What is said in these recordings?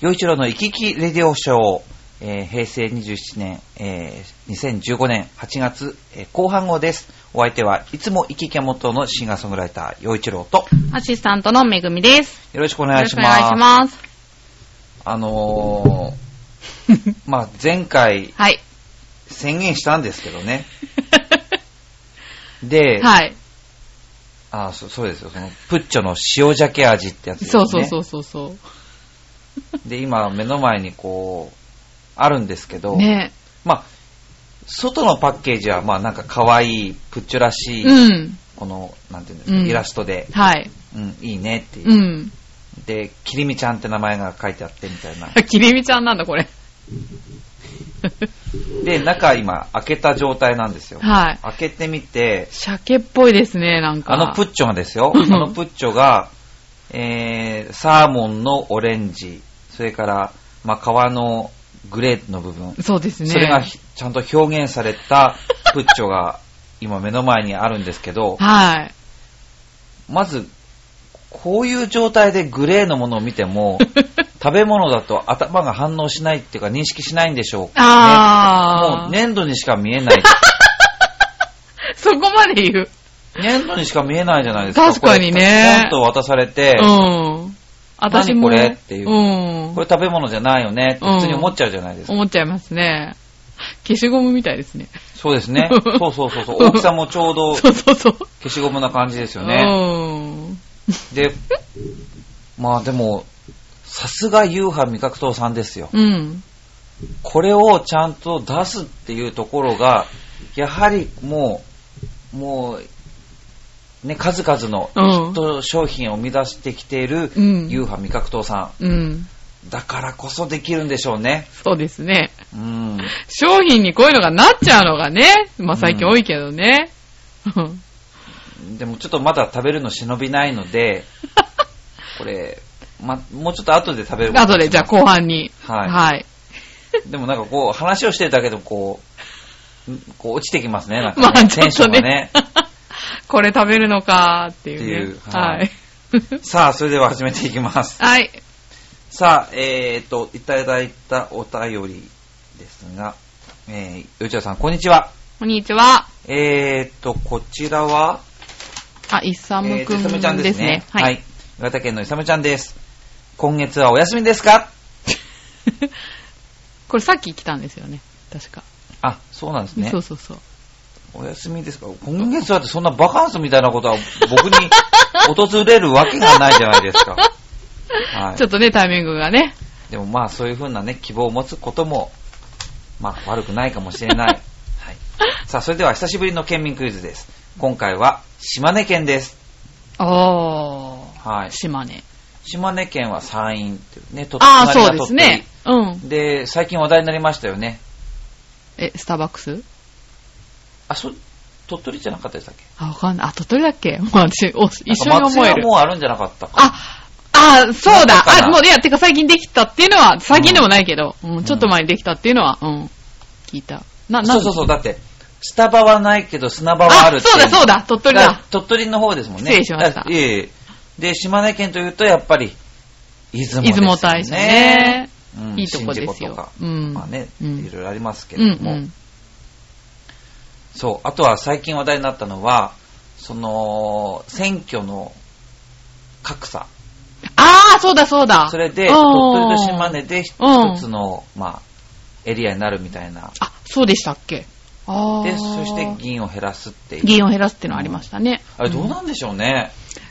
洋一郎の行き来レディオショー、えー平成27年、えー2015年8月、えー後半号です。お相手はいつも行き来元のシンガーソングライター、洋一郎と、アシスタントのめぐみです。よろしくおよ願ろいししくおます。願いします。あのーまあ前回 はい。宣言したんですけどね。で、はい。あそ、そうですよ。その、プッチョの塩鮭味ってやつですそね。うそうそうそうそで、今目の前にこう、あるんですけう。ど、ねまあ、外のパッケージは、まあなんか可愛い、プッチョらしい、うん。この、なんていうんですか、うんイラストで、はい。うん、いいねっていうう。ん。で、きりみちゃんって名前が書いてあってみたいな。きりみちゃんなんだ、これ。で、中今、開けた状態なんですよ。 はい。開けてみて、鮭っぽいですね、なんか。あのプッチョがですよ。うあんのプッチョが、えー、サーモンのオレンジ、それから、まあ、皮のグレーの部分、そうですね。それがひちゃんと表現されたプッチョが今目の前にあるんですけど、 はい。まず、こういう状態でグレーのものを見ても、食べ物だと頭が反応しないっていうか認識しないんでしょうあーもう粘土にしか見え ない。そこまで言う。粘土にしか見えないじゃないですか。確かにねこれポンと渡されて、うん。私何こも。れっていううんこ。れ食べ物じゃないよねって普通に思っちゃうじゃないですか。思っちゃいますね。消しゴムみたいですね。そうですね。そうそうそうそう。大きさもちょうどそうそうそう。消しゴムな感じですよね。うん。で、まあでも、さすが夕飯味覚糖さんですよ。うん。これをちゃんと出すっていうところが、やはりもう、もう、ね、数々のうヒッんト商品を生み出してきているうん夕飯味覚糖さうん。ん。だからこそできるんでしょうね。そうですね。うん。商品にこういうのがなっちゃうのがね、まあ最近多いけどね。うんでもちょっとまだ食べるの忍びないので、これ、ま、もうちょっと後で食べることにします 後で、じゃあ後半に。はいはい。でもなんかこう、話をしてるだけでもこう、んこう落ちてきますね、なんか、ね。まあちテょンっショとンがねね。。 これ食べるのかーってっていいううね。ははいい。さあ、それでは始めていきます。はい。 さあ、えーと、いただいたお便りですが、えー、よちらさん、こんにちは。こんにちは。えーと、こちらは、あ、イサムえくーといさむちゃんんでですすねね。。ははいい。。岩手県のいさむちゃんです。今月はお休みですか これさっき来たんですよね。確か。あ、そうなんですねそ。うそうそう。お休みですか今月だってそんなバカンスみたいなことは僕に 訪れるわけがないじゃないです か。はちょっとね、タイミングがね。い。でもまあそういうふうなね、希望を持つことも、まあ悪くないかもしれ ない。はい。さあ、それでは久しぶりの県民クイズです。今回は島根県です。あー。はい。島根。島根県は山陰っていうね、鳥あー、取そうですね。うん。で、最近話題になりましたよね。え、スターバックスあ、そう、鳥取じゃなかったでしたっけあ、わかんない。あ、鳥取だっけ もう私、お一な緒に思えんか松る江は。もうあるんじゃなかったか。あ、あ、そうなだん。かなあ、もう、いや、てか最近できたっていうのは、最近でもないけど、うんちょっと前にできたっていうのは、うん、聞いた。な、なそうそうそう、だって、スタバはないけど砂場はあるっていそうだそうだ、鳥取だからだ。鳥取の方ですもんね。失礼しましたあいえいえ。で、島根県というと、やっぱり、出雲ですよね。出雲大社ね。うんいいとこ宍です道湖とよか。うん。まあね、うんいろいろありますけうれどん、も、うん。そう、あとは最近話題になったのは、その、選挙の格差。ああ、そうだそうだ。それで、あー鳥取と島根で一うんつの、まあ、エリアになるみたいな。あ、そうでしたっけ。ああ。で、そして、議員を減らすっていう。議員を減らすっていうのありましたね。あれ、どうっなんでしょうね。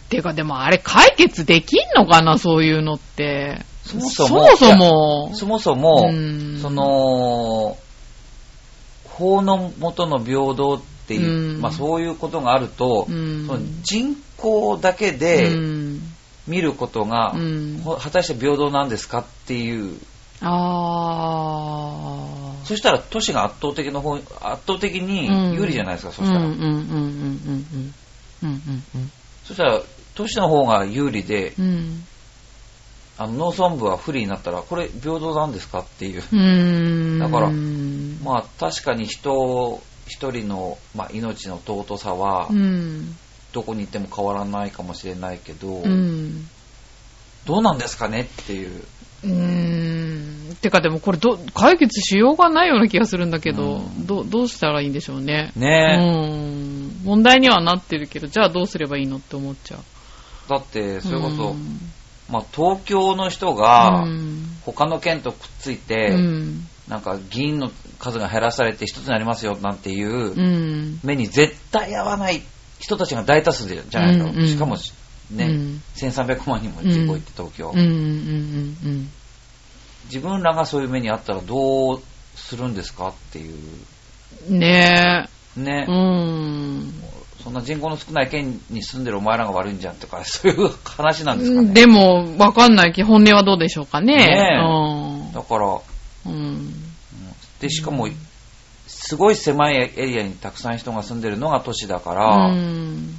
てか、でもあれ、解決できんのかな、そういうのって。そもそもそもそそももそもうん、その、法の元の平等っていう、うんまあそういうことがあると、うんその人口だけうでん。見ることが、うんほ果たして平等なんですかっていう、ああ。そしたら都市が圧倒的の方、圧倒的に有利じゃないですか、そしたうんらうん。うんうんうんうんうんうんそしたら、都市の方が有利で、うんあの農村部は不利になったら、これ平等なんですかっていう。うんだからうんまあ確かに人を、一人の、まあ、命の尊さは、うんどこに行っても変わらないかもしれないけど、うんどうなんですかねっていう。うーんてかでもこれど、解決しようがないような気がするんだけど、うんどどうしたらいいんでしょうね。うねえ、ん。問題にはなってるけど、じゃあどうすればいいのって思っちゃう。だってそれこそ、うんまあ、東京の人がうん他の県とくっついて、うん。なんか議員の数が減らされて一つになりますよなんていううん。目に絶対合わない人たちが大多数じゃないか、うんうんしかもね、うん1300万人も人口いて東京、うんうんうんうん。自分らがそういう目にあったらどうするんですかっていうねえ。ね、うん。そんな人口の少ない県に住んでるお前らが悪いんじゃんとかそういう話なんですかねでも、わかんないけど、本音はどうでしょうかね。ねえうだからん。うん。でしかもすごい狭いエリアにたくさん人が住んでるのが都市だから、うん。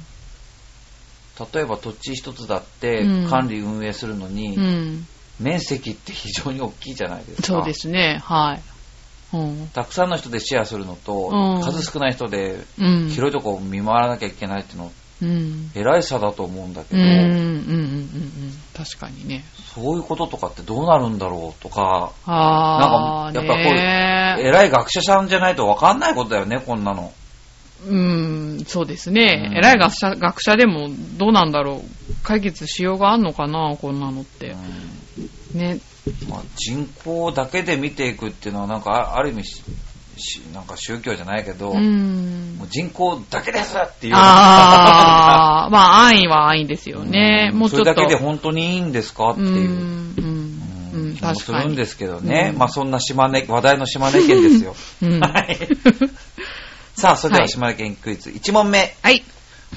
例えば土地一つだってうん管理運営するのに、うん。面積って非常に大きいじゃないですかそうですね、はい。うん。たくさんの人でシェアするのと、うん数少ない人でうん。広いとこを見回らなきゃいけないっていうのうん。偉い差だと思うんだけうん。うど、ん。うん。うん。確かにね。そういうこととかってどうなるんだろうとかああ、なんかやっぱこうね偉い学者さんじゃないと分かんないことだよねこんなのうん、そうですねう。ん偉い学者、学者でもどうなんだろう。解決しようがあんのかな、こんなのって。ね。まあ、人口だけで見ていくっていうのはなんかあある意味ししなんか宗教じゃないけど、うんも。う人口だけですっていうあ あ、まあ安易は安易です よね。んもうちょっそれと。だけで本当にいいんですかってういう、ん、うん、うんうん、気もす確かるんでに。すけどね、うんまあそんな島根話題の島根県ですよ、うんははい さあそれでは島根県クイズ1問目い。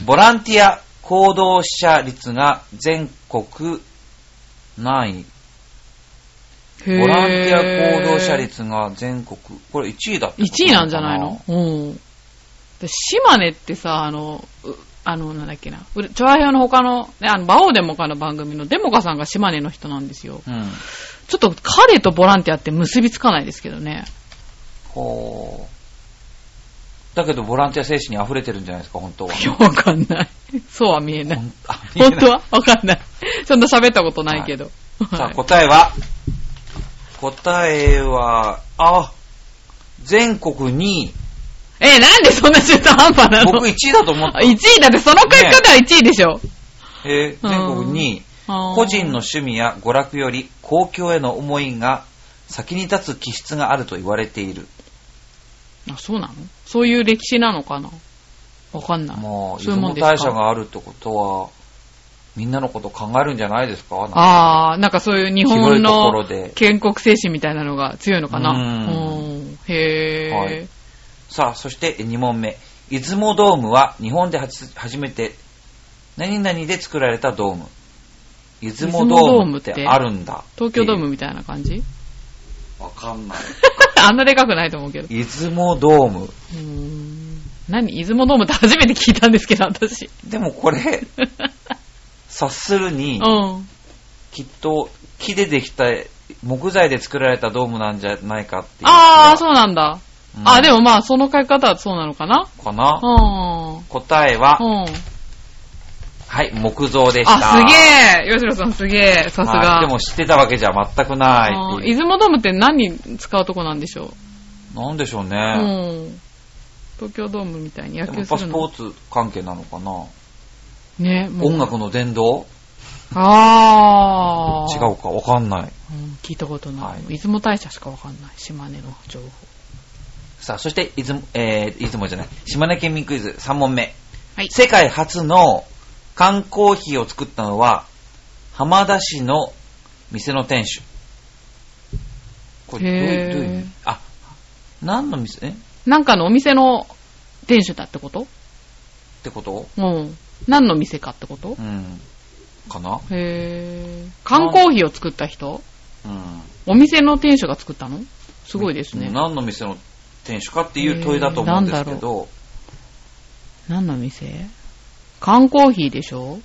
ボランティア行動者率が全国何位ボボランティア行動者。率が全国、これ1位だってこと1位なんじゃないのうん。で島根ってさ、あの、うあの、なんだっけな。うチョアヘアの他の、ね、あの、バオデモカの番組のデモカさんが島根の人なんですよ。うん。ちょっと彼とボランティアって結びつかないですけどね。こう。だけど、ボランティア精神に溢れてるんじゃないですか、本当は。いや、わかんない。そうは見えないほ。んあ見え本ない当はわかんない。そんな喋ったことないけど。さはあ、い答えは答えは、あ、全国2位。え、なんでそんな中途半端なの僕1位だと思った。 1位だってその結果では1位でしょ。えー全国2位。あー個人の趣味や娯楽より公共への思いが先に立つ気質があると言われている。あ、そうなのそういう歴史なのかなわかんない。もう、そ出ういうも雲んですか大社があるってことは、みんなのこと考えるんじゃないですかなんかああ、なんかそういう日広本いとこのろで。建国精神みたいなのが強いのかなうんうんへえ、はいさあ、そして2問目。出雲ドームは日本で初初めて何々で作られたドーム。出雲ドームっ出雲ドームっててあるんだ。東京ドーっムみたいな感じていうわかんない。あんなでかくないと思うけど。出雲ドーム。うーん何出雲ドームって初めて聞いたんですけど、私。でもこれ、察するうに、ん。きっと木でできた、木材で作られたドームなんじゃないかっていう。ああ、そうなんだ。うんあ、でもまあ、その書き方はそうなのかなかなうん。答えは、うん。はい、木造でした。あ、すげえ吉野さんすげえさすはが。いでも知ってたわけじゃ全くないあっーてい出う。雲ドームって何に使うとこなんでしょなんでしょうう、ね。うん。東京ドームみたいに野でもや球っすぱるスポの。ーツ関係なのかな。ね、もう音楽の殿堂ああ。違うか、わかんない。うん聞いたことない。はい出雲大社しかわかんない。島根の情報。さあ、そして、出雲、えー、出雲じゃない。島根県民クイズ3問目。はい。世界初の缶コーヒーを作ったのは、浜田市の店の店主。これ、どういへう、ーどういう意味あ、何の店えっなんかのお店の店主だってことてことうん。何の店かってことうん。かなへえ。缶コーヒーを作った人うん。お店の店主が作ったのすごいですね。何の店の店主かっていう問いだと思うんですけえーなんだど、何の店缶コーヒーでしょ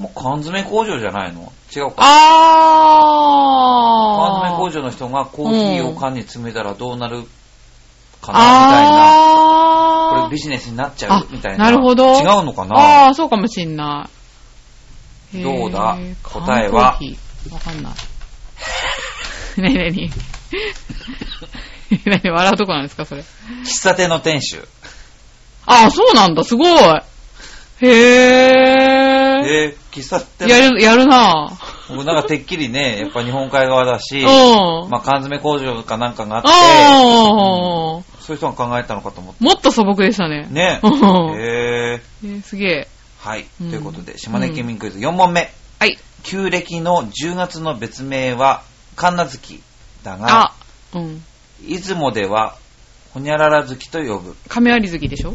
もう缶詰工場じゃないの違うか。缶あー。詰工場の人がコーヒーを缶に詰めたらどうなるかな、みたいな。こあー。れビジネスになっちゃうあみたいな。なるほど違うのかあなー、そうかもしんない。へーどうだ答えは 缶コーヒーわかんない。ねえねえに。 何笑うとこなんですか、それ。喫茶店の店主。ああ、そうなんだ、すごい。へえ。えー、喫茶店やる、やるなぁ。僕なんかてっきり ね、やっぱ日本海側だし、うん。まあ缶詰工場かなんかがあって、ああ、そういう人が考えたのかと思って。もっと素朴でしたね。ね。うんへえ。えーすげえ。はい。とうんいうことで、島根県民クイズ4問目。はい。旧暦の10月の別名は、神奈月だが、あ、うん。出雲では、ほにゃらら月と呼ぶ。亀有月でしょ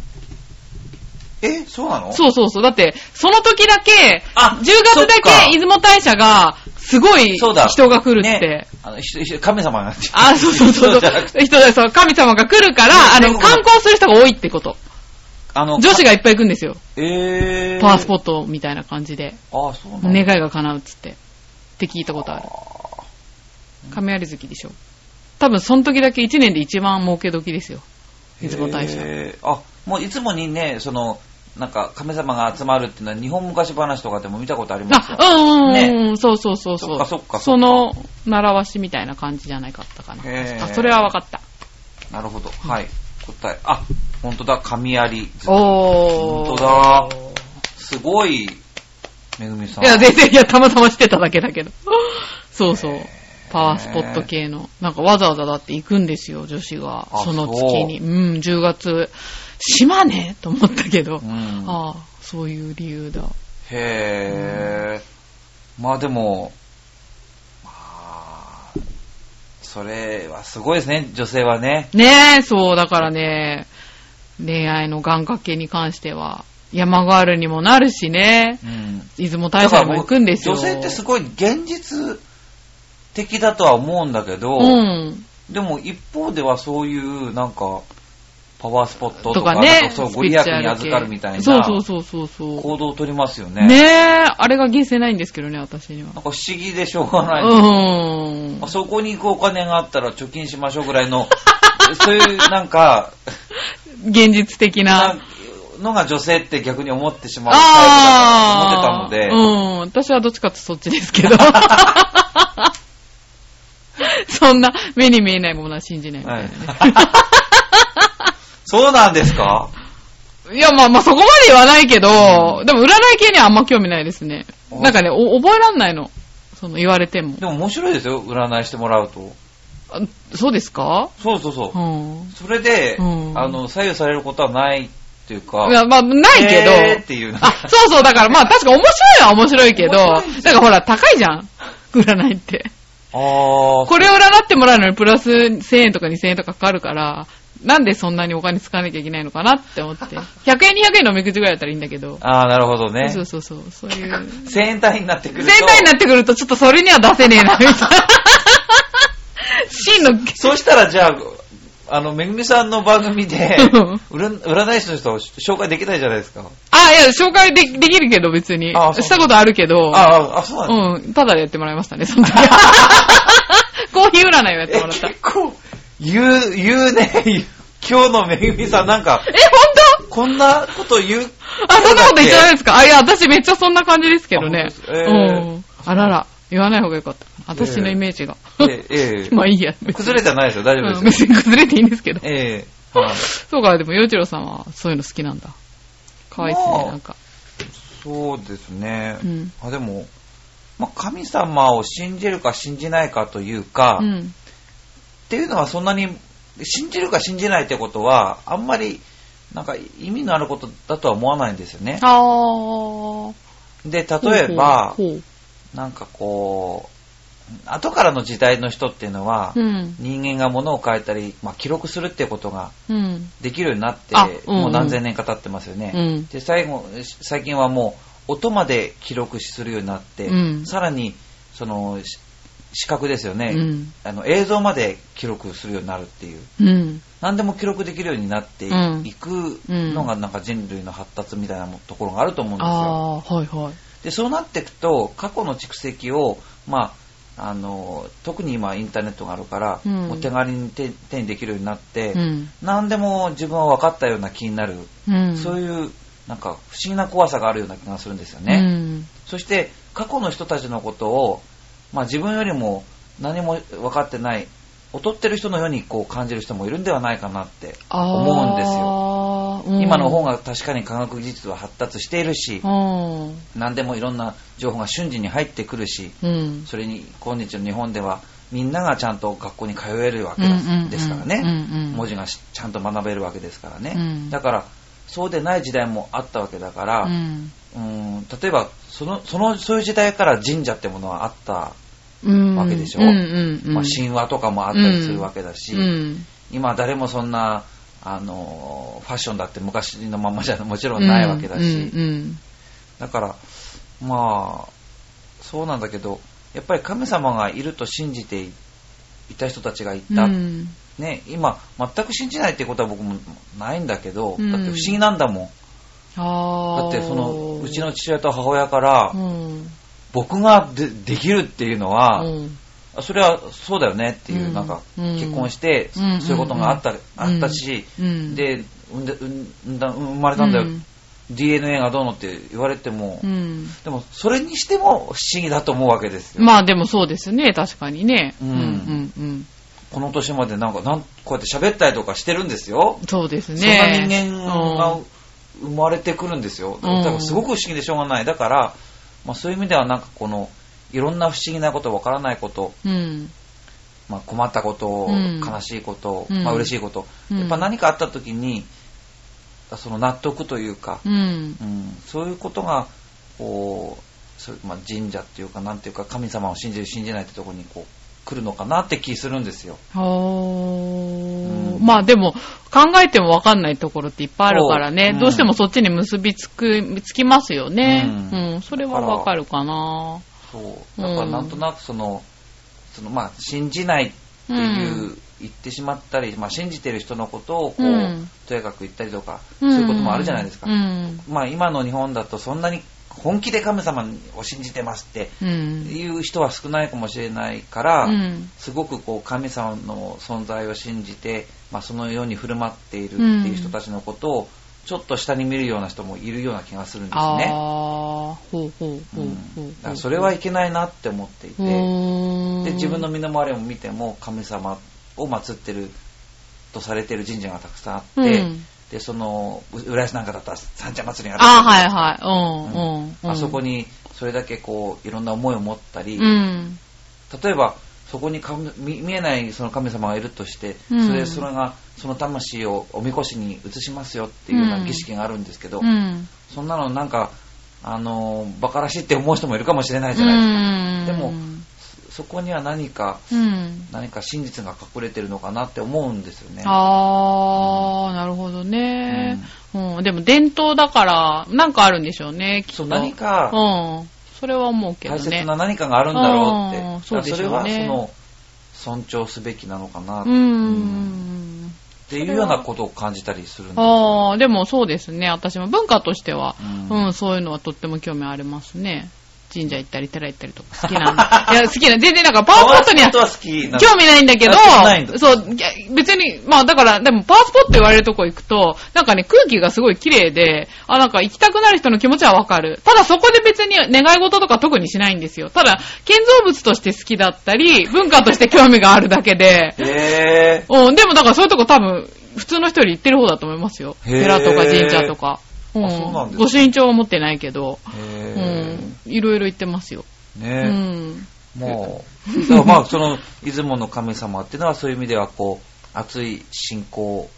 え、そうなのそうそうそう。だって、その時だけ、あ10月だそっかけ出雲大社が、すごいそうだ人が来るって。ねあの、ひひ神様がって。あ、そうそうそ そうそうう。じゃなく人だ、そう、神様が来るから、あねの、観光する人が多いってこと。あの、女子がいっぱい行くんですよ。えー、パワースポットみたいな感じで。あ、そうなの願いが叶うっつって。って聞いたことある。亀有月でしょ。多分、その時だけ1年で一番儲け時ですよ。出雲大社。へーあ、もういつもにね、その、なんか神様が集まるっていうのは日本昔話とかでも見たことありますよ。あ、うんうんうん、そうそうそうそそっう。かそっかそっかその、習わしみたいな感じじゃないかったかな。へーあ、それは分かった。なるほど。はい。答え。あ、本当だ。神有図。おー。本当だすごい、めぐみさん。いや、全然、いや、たまたましてただけだけど。そうそうへー。パワースポット系の。なんかわざわざだって行くんですよ、女子があ。その月に。うん、10月。島根と思ったけど。うん。ああ、そういう理由だ。へえ、まあでも、まあ、それはすごいですね、女性はね。ねえ、そう、だからね、恋愛の願掛けに関しては、山ガールにもなるしね、うん。出雲大社にも行くんですよ。女性ってすごい現実的だとは思うんだけど、うん。でも一方ではそういう、なんか、パワースポットととかかなね、んかそうご利益にスピ預リチュアかル系るみたいなそうそうそうそうそう。行動を取りますよね。ねえ、あれが現世ないんですけどね、私にはな。んか不思議でしょうがない。うんまあ。そこに行くお金があったら貯金しましょうぐらい の、そういうなんか、現実的な。のが女性って逆に思ってしまうタイプだと思あっあてたので、うん。私はどっちかってそっちですけど。 そんな目に見えないものは信じないみたいなね。 そうなんですかいや、まあまあそこまで言わないけど、でも占い系にはあんま興味ないですね。あなんかね、お覚えらんないの。その言われてもで。も面白いですよ、占いしてもらうと。あそうですかそうそうそうう。ん。それで、うんあの、左右されることはないっていうか、いや、まあ、ないけど。えーっていうのがあ、そうそう、だからまあ確か面白いは面白いけど、面白いんでだからほら、高いじゃ ん。占いって。あーこれを占ってもらうのにプラス1000円とか2000円とかかかるから、なんでそんなにお金使わなきゃいけないのかなって思って。100円200円のおみくじぐらいだったらいいんだけど。あー、なるほどねそ。うそうそう、そういう。 1000円単位になってくると。全体になってくると、ちょっとそれには出せねえな、みたい な。真の、そうしたらじゃあ、あの、めぐみさんの番組でうん、占占い師の人を紹介できないじゃないですか。あ、いや、紹介でできるけど、別に。あそうしたことあるけど、あーあ、そうなんだ。うん、ただでやってもらいましたね、その時 コーヒー占いをやってえ、もら った。え、結構、言う、言うね。 今日のめぐみさんなんか、ほんとこんなこと言う。あ、そんなこと言ってないいですかあ、いや、私めっちゃそんだっけあ本当ですかんな感じですけどえね。ーうん。あらら、言わない方がよかった。私のイメージが。ええええ まあいいや。別に崩れてはないですよ。大丈夫うんです別に崩れていいんですけど。よ。ええはい。そうか、でも、洋一郎さんはそういうの好きなんだ。かわいいですまね、あなんか。そうですね。うんあでも、まあ、神様を信じるか信じないかというか、うっん。ていうのはそんなに、信じるか信じないってことは、あんまり、なんか意味のあることだとは思わないんですよね。あー。で、例えば、ほうほうなんかこう、後からの時代の人っていうのは、うん。人間が物を変えたり、まあ、記録するっていうことがうん。できるようになって、あうんうんもう何千年か経ってますよね。うんで最後最近はもう音まで記録するようになって、うんさらにそのし視覚ですよね、うんあの映像まで記録するようになるっていううん。何でも記録できるようになってうんいくのがなんか人類の発達みたいなもところがあると思うんですよ。あー、はいはい。でそうなっていくと過去の蓄積を、まあ、あの特に今インターネットがあるから、うんお手軽に手手にできるようになって、うん。何でも自分は分かったような気になる、うん。そうういうなんか不思議な怖さがあるような気がするんですよね、ね。そして過去の人たちのことを、まあ、自分よりも何も分かってない、劣ってる人のようにこう感じる人もいるんではないかなってあー思うんですよ。うん今の方が確かに科学技術は発達しているし、うん。何でもいろんな情報が瞬時に入ってくるし、うん。それに今日の日本ではみんながちゃんと学校に通えるわけうんうんうんですからうんね。うん文字がしちゃんと学べるわけですからね。うんだから、そうでない時代もあったわけだかうら、ん。うん例えばそのその、そういう時代から神社ってものはあった、うん。わけでしょうんうんうん。まあ、神話とかもあったりするわけだし、うん。今誰もそんな、あのファッションだって昔のままじゃ もちろんないわけだし、うんうんだから、まあ、そうなんだけど、やっぱり神様がいると信じていた人たちがいうん。た、うんね、今、全く信じないってことは僕もないんだけど、うんだって不思議なんだもん。あだあ。って、その、うちの父親と母親からう、ん、僕がでできるっていうのは、うんあそれはそうだよねっていう、うんなんか、うん結婚して、うんうんそういうことがあった、うんあったし、うんで、産んで産んだ生まれたんだよ、うん DNA がどうのって言われても、うん。でも、それにしても不思議だと思うわけですよ。まあでもそうですね、確かにね。うんうんうんこの年までなんか、なんこうやって喋ったりとかしてるんですよう。んそうですね。そんな人間がうん生まれてくるんですよ。だうんからすごく不思議でしょうがない。だから、まあ、そういう意味ではなんかこの、いろんな不思議なこと、わからないこと、うん。まあ、困ったこと、うん悲しいこと、うんまあ、嬉しいこと、うんやっぱ何かあった時に、その納得というか、うんう。ん、そういうことがこうそうまあ、神社っていうかなんていうか神様を信じる信じないってところにこう来るのかなって気するんですよ。おうーんまあでも、考えても分かんないところっていっぱいあるからね、そうどうしてもそっちに結びつく、つきますよね。ううんん、それは分かるかな。そうだからなんとなくその,、そのまあ、信じないっていう、う言ってしまったり、まあ、信じてる人のことをこう、うんとやかく言ったりとか、そういうこともあるじゃないですか。うん。まあ、今の日本だとそんなに本気で神様を信じてますってうん。いう人は少ないかもしれないから、うんすごくこう神様の存在を信じて、まあ、そのように振る舞っているっていう人たちのことをちょっと下に見るような人もいるような気がするんですあね。あ、ほうほううほうほんうだからそれはいけないなって思っていて、でで自分の身の回りを見ても神様を祀ってるとされてる神社がたくさんあって、うんでそのう浦安なんかだったら三社祭りがあああ、ったりとかはいはい。うん、うん。うんあそこ、にそれだけこういろんな思いを持ったり、うん。例えばそこに神見見えないその神様がいるとして、うんそれそれがその魂をおみこしに移しますよっていうような儀式があるんですけど、うん。そんなのなんかあのバカらしいって思う人もいるかもしれないじゃない、ないでもそこには何かうん。何か真実が隠れてるのかなって思うんですよね。ああ、なるほどね、うん。でも伝統だから、なんかあるんでしょうね、きっそと。う何かうん。それは思うけど大ね。切な何かがあるんだろうって、うんだからそれそはうでそしょうねの尊重すべきなのかな、ううんっん。ていうようなことを感じたりするんですよああ、でもそうですね。私も文化としては、ううんん、そういうのはとっても興味ありますね。神社行ったり、寺行ったりとか好き なんで。いや、好きな、全然なんかパワーポットにあはとは好きな興味ないんだけどあないんだ、そう、いや別に、まあだから、でもパワースポット言われるとこ行くと、なんかね、空気がすごい綺麗で、あ、なんか行きたくなる人の気持ちはわかる。ただそこで別に願い事とか特にしないんですよ。ただ、建造物として好きだったり、文化として興味があるだけで、へーうん、でもだからそういうとこ多分、普通の人より行ってる方だと思いますよ。へー寺とか神社とか。うあそうなんですねご身長は持ってないけど、うへん、いろいろ行ってますよ。ーうねん。もう、だからまあ、その、出雲の神様っていうのは、そういう意味では、こう、熱い信仰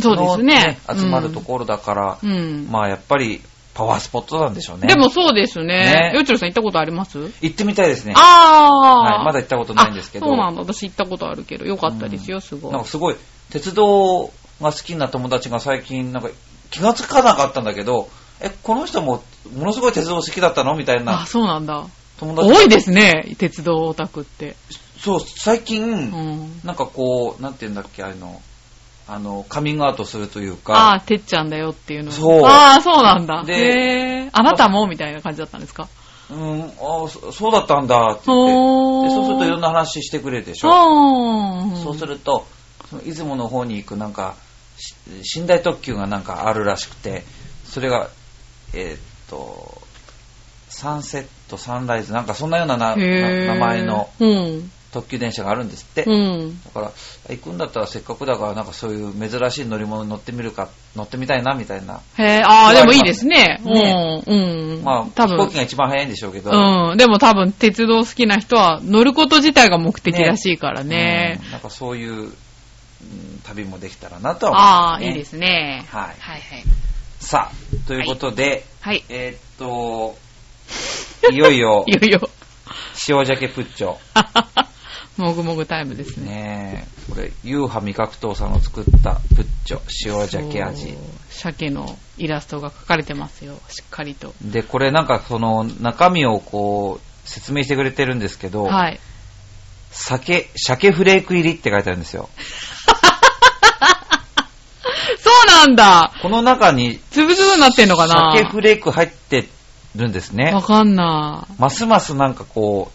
そうでのすね。集まるうんところだから、うん。まあ、やっぱり、パワースポットなんでしょうね。でも、そうですねね。よちろさん行ったことあります、行ってみたいですね。ああ、はいまだ行ったことないんですけどあそうなんだ。私行ったことあるけど、よかったですよ、すごいなん。かすごい、鉄道が好きな友達が最近、なんか、気がつかなかったんだけど、え、この人も、ものすごい鉄道好きだったのみたいあ、なそうなんだ。友達が多いですね、鉄道オタクって。そう、最近、うん。なんかこう、なんて言うんだっけ、あの、あの、カミングアウトするというか、ああ、てっちゃんだよっていうの。そうああ、そうなんだ。でへえ。あなたもみたいな感じだったんですかうん、あそそうだったんだって言っておーでそうするといろんな話してくれるでしょ、うん。そうするとその出雲の方に行くなんかし寝台特急がなんかあるらしくてそれがえーっとサンセットサンライズなんかそんなようなななへえ名前のうん。特急電車があるんですって。うん。だから、行くんだったらせっかくだから、なんかそういう珍しい乗り物に乗ってみるか、乗ってみたいな、みたいな。へえ、ああ、でもいいですね。ねうん。うん。まあ、多飛行分機。が一番早いんでしょうけど。うん。でも多分、鉄道好きな人は乗ること自体が目的らしいからね。うんなんかそういう、うん旅もできたらなとはああ、思います、ね。いいですね。はいはいはい。さあ、ということで、はい。えーっと、いよいよ い、よいよ。塩鮭プッチョ。もぐもぐタイムですね。ねえ、これ、ユーハ味覚糖さんの作ったプッチョ、塩鮭味そう。。鮭のイラストが描かれてますよ。しっかりと。で、これなんかその中身をこう、説明してくれてるんですけど、はい。酒、鮭フレーク入りって書いてあるんですよ。そうなんだこの中に、つぶつぶになってんのかな鮭フレーク入ってるんですね。わかんなますますなんかこう、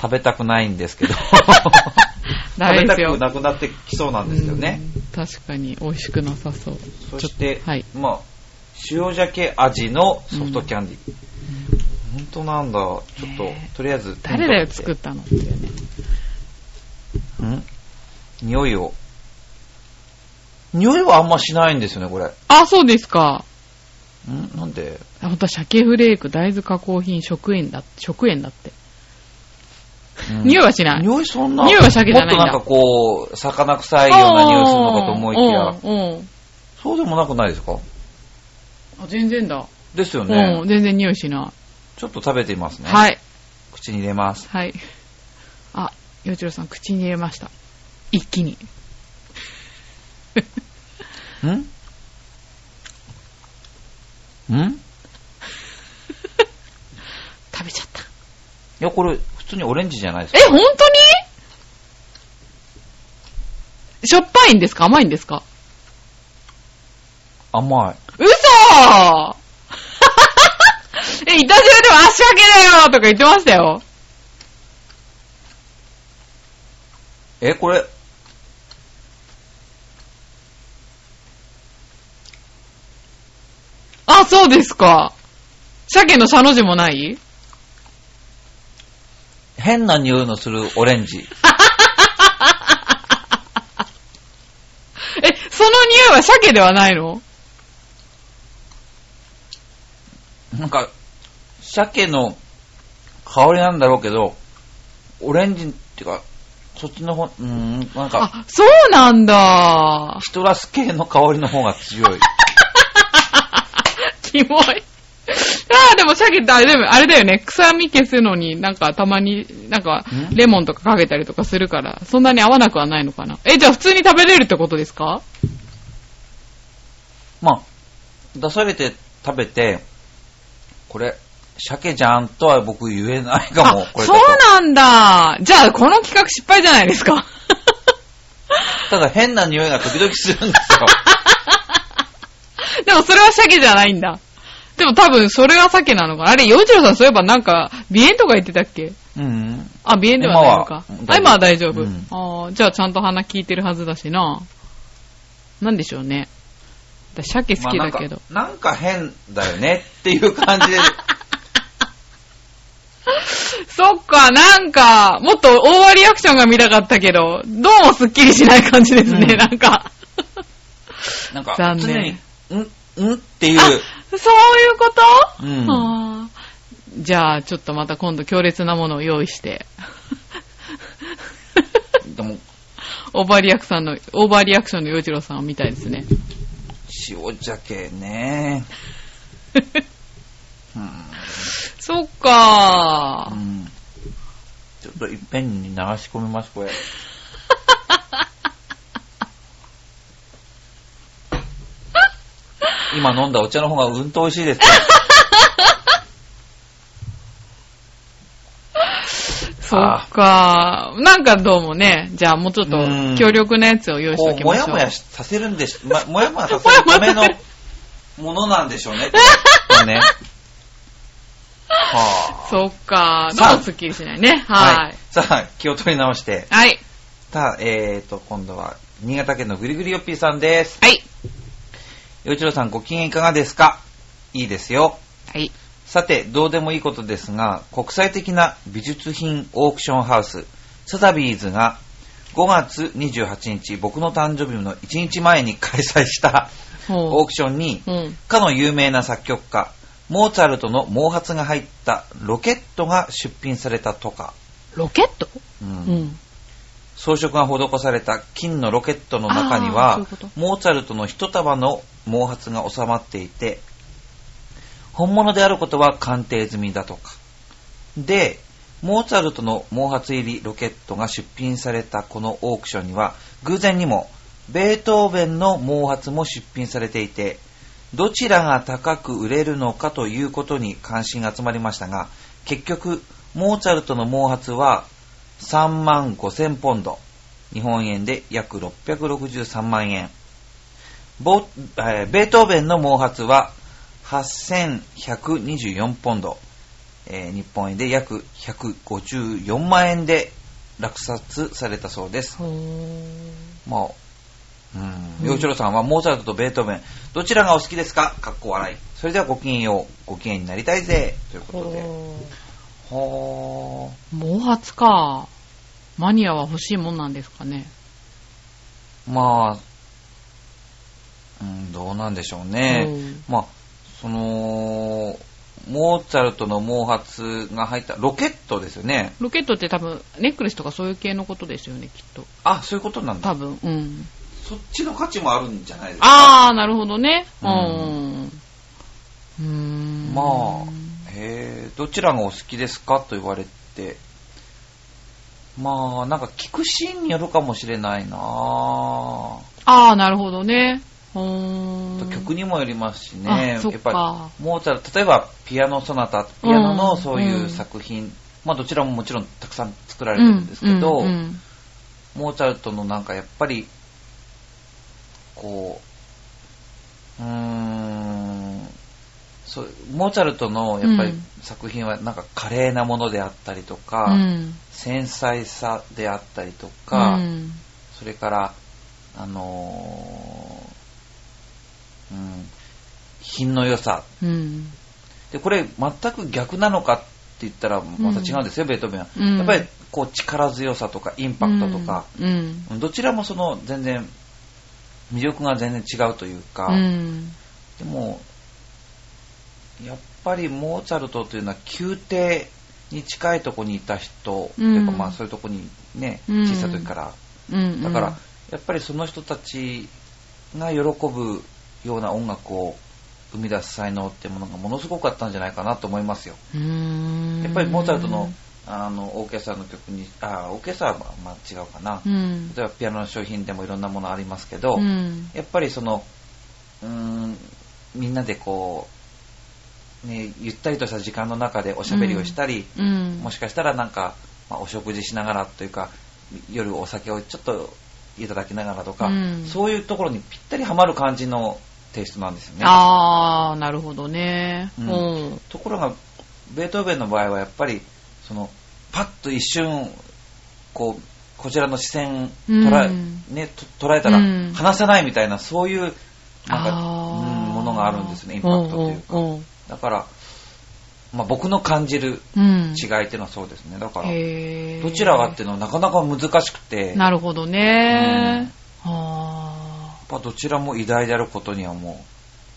食べたくないんです けど、い。ダ食メべでたすよく。なくなってきそうなんですよね。うん。確かに、美味しくなさそう。そして、はいまあ、塩鮭味のソフトキャンディー。本当なんだ。ちょっと、ねえとりあえず手に取って、誰だよ、作ったのっていうね。ん匂いを。匂いはあんましないんですよね、これ。あ、そうですか。んなんであ、本当は鮭フレーク、大豆加工品、食塩だ、食塩だって。匂いはしない匂いそんな。匂いは鮭じゃないんだもっとなんかこう、魚臭いような匂いするのかと思いきや、うんうん。うん。そうでもなくないですかあ、全然だ。ですよねう。ん、全然匂いしなちょっと食べてみますい。ね。はい。口に入れます。はい。あ、洋一郎さん、口に入れました。一気に。 んんい食べちゃった。や、これ、普通にオレンジじゃないですか。え、本当にしょっぱいんですか甘いんですか甘い。嘘 え、いたじらでも足掛けだよとか言ってましたよ。え、これ、あ、そうですか。鮭のシャの字もない変な匂いのするオレンジ。え、その匂いは鮭ではないのなんか、鮭の香りなんだろうけど、オレンジっていうか、そっちの方、うーん、なんか、あ、そうなんだ。 シトラス系の香りの方が強い。キモい。ああ、でも鮭ってあれだよあれだよね。臭み消すのになんかたまになんかんレモンとかかけたりとかするから、そんなに合わなくはないのかな。え、じゃあ普通に食べれるってことですかまあ、出されて食べて、これ、鮭じゃんとは僕言えないかも。こあ、れそだうとなんだ。じゃあこの企画失敗じゃないですか。ただ変な匂いが時々するん ですよ。でもそれは鮭じゃないんだ。でも多分それは鮭なのかな。あれ、洋一郎さんそういえばなんか、鼻炎とか言ってたっけうん。あ、鼻炎ではないのか。今はあ、今は大丈夫。うんあーじゃあちゃんと鼻効いてるはずだしな。なんでしょうね。私鮭好きだけど。まあなんか。なんか変だよねっていう感じで。 そっか、なんか、もっとオーバーリアクションが見たかったけど、どうもスッキリしない感じですね、うんなんか。なんか 残常に念、ん、んっていう。そういうことうんあーじゃあ、ちょっとまた今度強烈なものを用意 して。でも、オーバーリアクションの、オーバーリアクションの洋一郎さんを見たいですね。塩鮭ね。うん そっかうー。んちょっといっぺんに流し込みます、こ れ。今飲んだお茶の方がうんと美味しいですね。そっかー。なんかどうもね、じゃあもうちょっとうん強力なやつを用意してこおう、きもましょやう。もやしさせるんでし、ま、もやもやさせるためのものなんでしょう ね、これこれね。はそっかー。さあどうもスッキリしないね。あ、はい。。さあ、気を取り直して。はい。さあ、えーと、今度は、新潟県のぐりぐりよっぴーさんです。はい。よいちろさん、ご機嫌いかがですかいいですよ。はい。さて、どうでもいいことですが、国際的な美術品オークションハウス、サザビーズが5月28日、僕の誕生日の1日前に開催したオーほクションに、う。うん。かの有名な作曲家、モーツァルトの毛髪が入ったロケットが出品されたとか、ロケットうんうん。装飾が施された金のロケットの中にはあーそういうことモーツァルトの一束の毛髪が収まっていて本物であることは鑑定済みだとかでモーツァルトの毛髪入りロケットが出品されたこのオークションには偶然にもベートーベンの毛髪も出品されていてどちらが高く売れるのかということに関心が集まりましたが結局モーツァルトの毛髪は3万5000ポンド。日本円で約663万円。ボえーベートーベンの毛髪は8124ポンド。えー日本円で約154万円で落札されたそうです。ほーまあ、う。うんん洋一郎さんはモーツァルトとベートーベン、どちらがお好きですかかっこ笑い。それではごきげんよう。ごきげんになりたいぜ。ということで。はほー毛髪か。マニアは欲しいもんなんですかね。ー。まあ、うん、どうなんでしょうね。うんまあ、その、モーツァルトの毛髪が入ったロケットですよね。ロケットって多分、ネックレスとかそういう系のことですよね、きっと。あ、そういうことなんだ多。分、うん。そっちの価値もあるんじゃないですか。あー、なるほどね。ううんん。うーん。まあ、へえ、どちらがお好きですかと言われて、まあ、なんか聞くシーンによるかもしれないなあー、なるほどね。うぁーん。曲にもよりますしねあ、そやっっかぱり、モーツァルト、例えばピアノソナタ、ピアノのそういう作品、まあどちらももちろんたくさん作られてるんですけど、うんうんモーツァルトのなんかやっぱり、こう、うーん、そう、モーツァルトのやっぱりうん作品はなんか華麗なものであったりとか、うん繊細さであったりとうか、んそれから、あのーうん、品の良さ。うんで、これ全く逆なのかって言ったらまた違うんですよ、ベートーベンは。うんやっぱりこう力強さとかインパクトとか、うんどちらもその全然魅力が全然違うというか、うんでもやっぱりモーツァルトというのは宮廷に近いとこにいた人、うんというかまあそういうとこにねうん小さい時から、うんだからやっぱりその人たちが喜ぶような音楽を生み出す才能ってものがものすごくあったんじゃないかなと思いますよ。うんやっぱりモーツァルトのあのオーケストラの曲にあオーケストラはまあ違うかな、うん例えばピアノの商品でもいろんなものありますけど、うんやっぱりそのうーんみんなでこう、ね、ゆったりとした時間の中でおしゃべりをしたり、うんもしかしたらなんか、まあお食事しながらというか夜お酒をちょっといただきながらとか、うんそういうところにぴったりはまる感じのテイストなんですよね。ああなるほどねううんんところがベートーベンの場合はやっぱりそのパッと一瞬こうこちらの視線捉え,、うんね、と捉えたらうん離せないみたいな、そういうなんか、あうーんものがあるんですねインパクトというか、んんだから、まあ、僕の感じるうん違いっていうのはそうですねだからへーどちらがっていうのはなかなか難しくてやっなるほどねあぱどちらも偉大であることにはも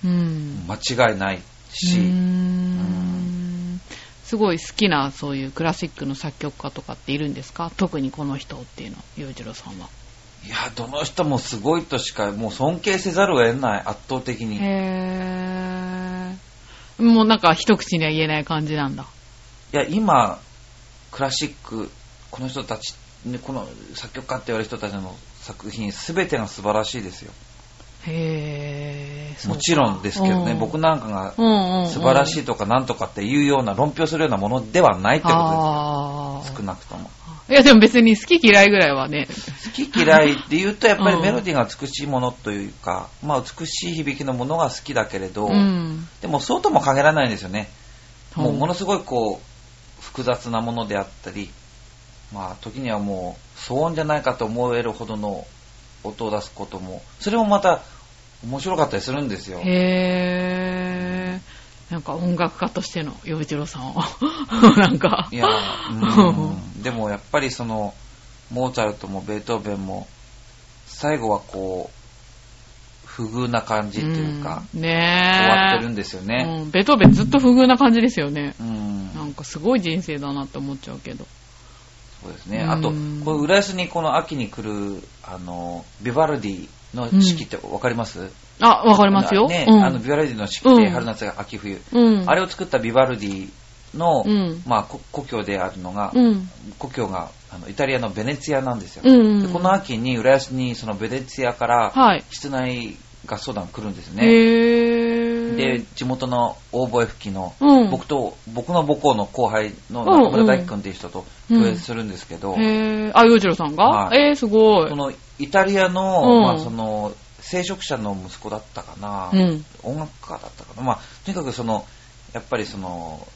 ーううん間違いないし、うーんすごい好きなそういうクラシックの作曲家とかっているんですか特にこの人っていうの洋一郎さんは。いやどの人もすごいとしかもう尊敬せざるを得ない圧倒的に。へー。もうなんか一口には言えない感じなんだ。いや、今、クラシック、この人たち、ねこの作曲家って言われる人たちの作品、すべてが素晴らしいですよ。へー。そうかもちろんですけどね、うん僕なんかがうんうんうん、素晴らしっいとかなんとかっていうような論評するようなものではないってことあです。少なくとも。ーいやでも別に好き嫌いぐらいはね。好き嫌いって言うと、やっぱりうんメロディーが美しいものというか、まあ美しい響きのものが好きだけれど、ん。でもそうとも限らないんですよね。もうものすごいこう複雑なものであったり、まあ、時にはもう騒音じゃないかと思えるほどの音を出すこともそれもまた面白かったりするんですよ。へー。なんか音楽家としての 洋一郎さんは。なんか。いや、うんでもやっぱりそのモーツァルトもベートーベンも、最後はこう、不遇な感じっていうか、うん終わってるねんですよえ。ね。うん、ベートーベンずっと不遇な感じですよね。うん。なんかすごい人生だなって思っちゃうけど。そうですね。うんあと、この浦安にこの秋に来る、あの、ビバルディの式ってわかります、あ、わかりますよ。ね、うん。あの、ビバルディの式って、うん春夏が秋冬。うん。あれを作ったビバルディの、うんまあ、こ故郷であるのが、うん。故郷があのイタリアのベネツィアなんですよ。うん。でこの秋に浦安にそのベネツィアからはい。室内合奏団来るんですね。へぇー。で、地元の大声吹きの、うん僕と、僕の母校の後輩の中村大輝君っていう人と共演するんですけど、へぇー。あ、洋次郎さんが、はいえー、すごい。このイタリアの、うんまあその、聖職者の息子だったかな、うん。音楽家だったかな、まあ、とにかくその、やっぱりその、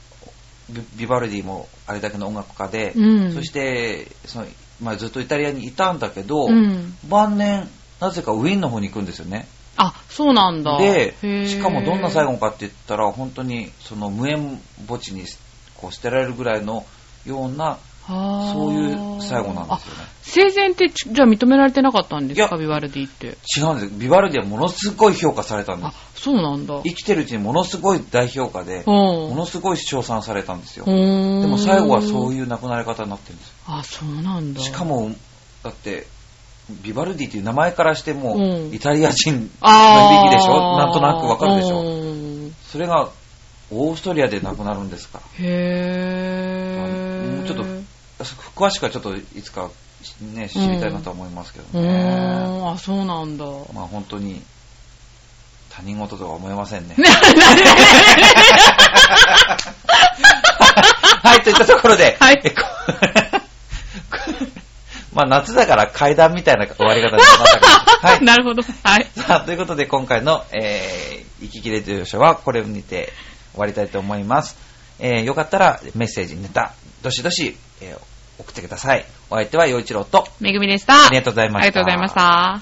ビビバルディもあれだけの音楽家で、うん。そして、そのまあ、ずっとイタリアにいたんだけど、うん。晩年、なぜかウィーンの方に行くんですよね。あ、そうなんだ。でへ、ーしかもどんな最後かって言ったら、本当にその無縁墓地にこう捨てられるぐらいのような、はーそういう最後なんですよね。生前ってちじゃあ認められてなかったんですいかやビバルディって。違うんです。ビバルディはものすごい評価されたんであす。、そうなんだ。うん。生きてるうちにものすごい大評価で、ものすごい称賛されたんですよ。ででも最後はそうう。いう亡くなり方になってるんですよ。あ、そうなんだ。しか、も、だって、ビバルディっていう名前からしても、うんイタリア人のあー響きでしょなんとなくわかるでしょうんそれが、オーストリアで亡くなるんですから。へー。もうちょっと詳しくはちょっといつか、ね、知りたいなとは思いますけうどね。ーん、あ、そうなんだ。まあ本当に、他人事とは思えませ んね。はい、といったところで、 はいえこ まあ夏だから階段みたいな終わり方になった から。はい。なるほど。はい。 さあ、ということで今回の、えー、行き切れという書はこれにて終わりたいと思います。えー、よかったらメッセージ、ネタ、どしどし、えー送ってください。お相手は陽一郎と、めぐみでした。ありがとうございましたありがとうございました。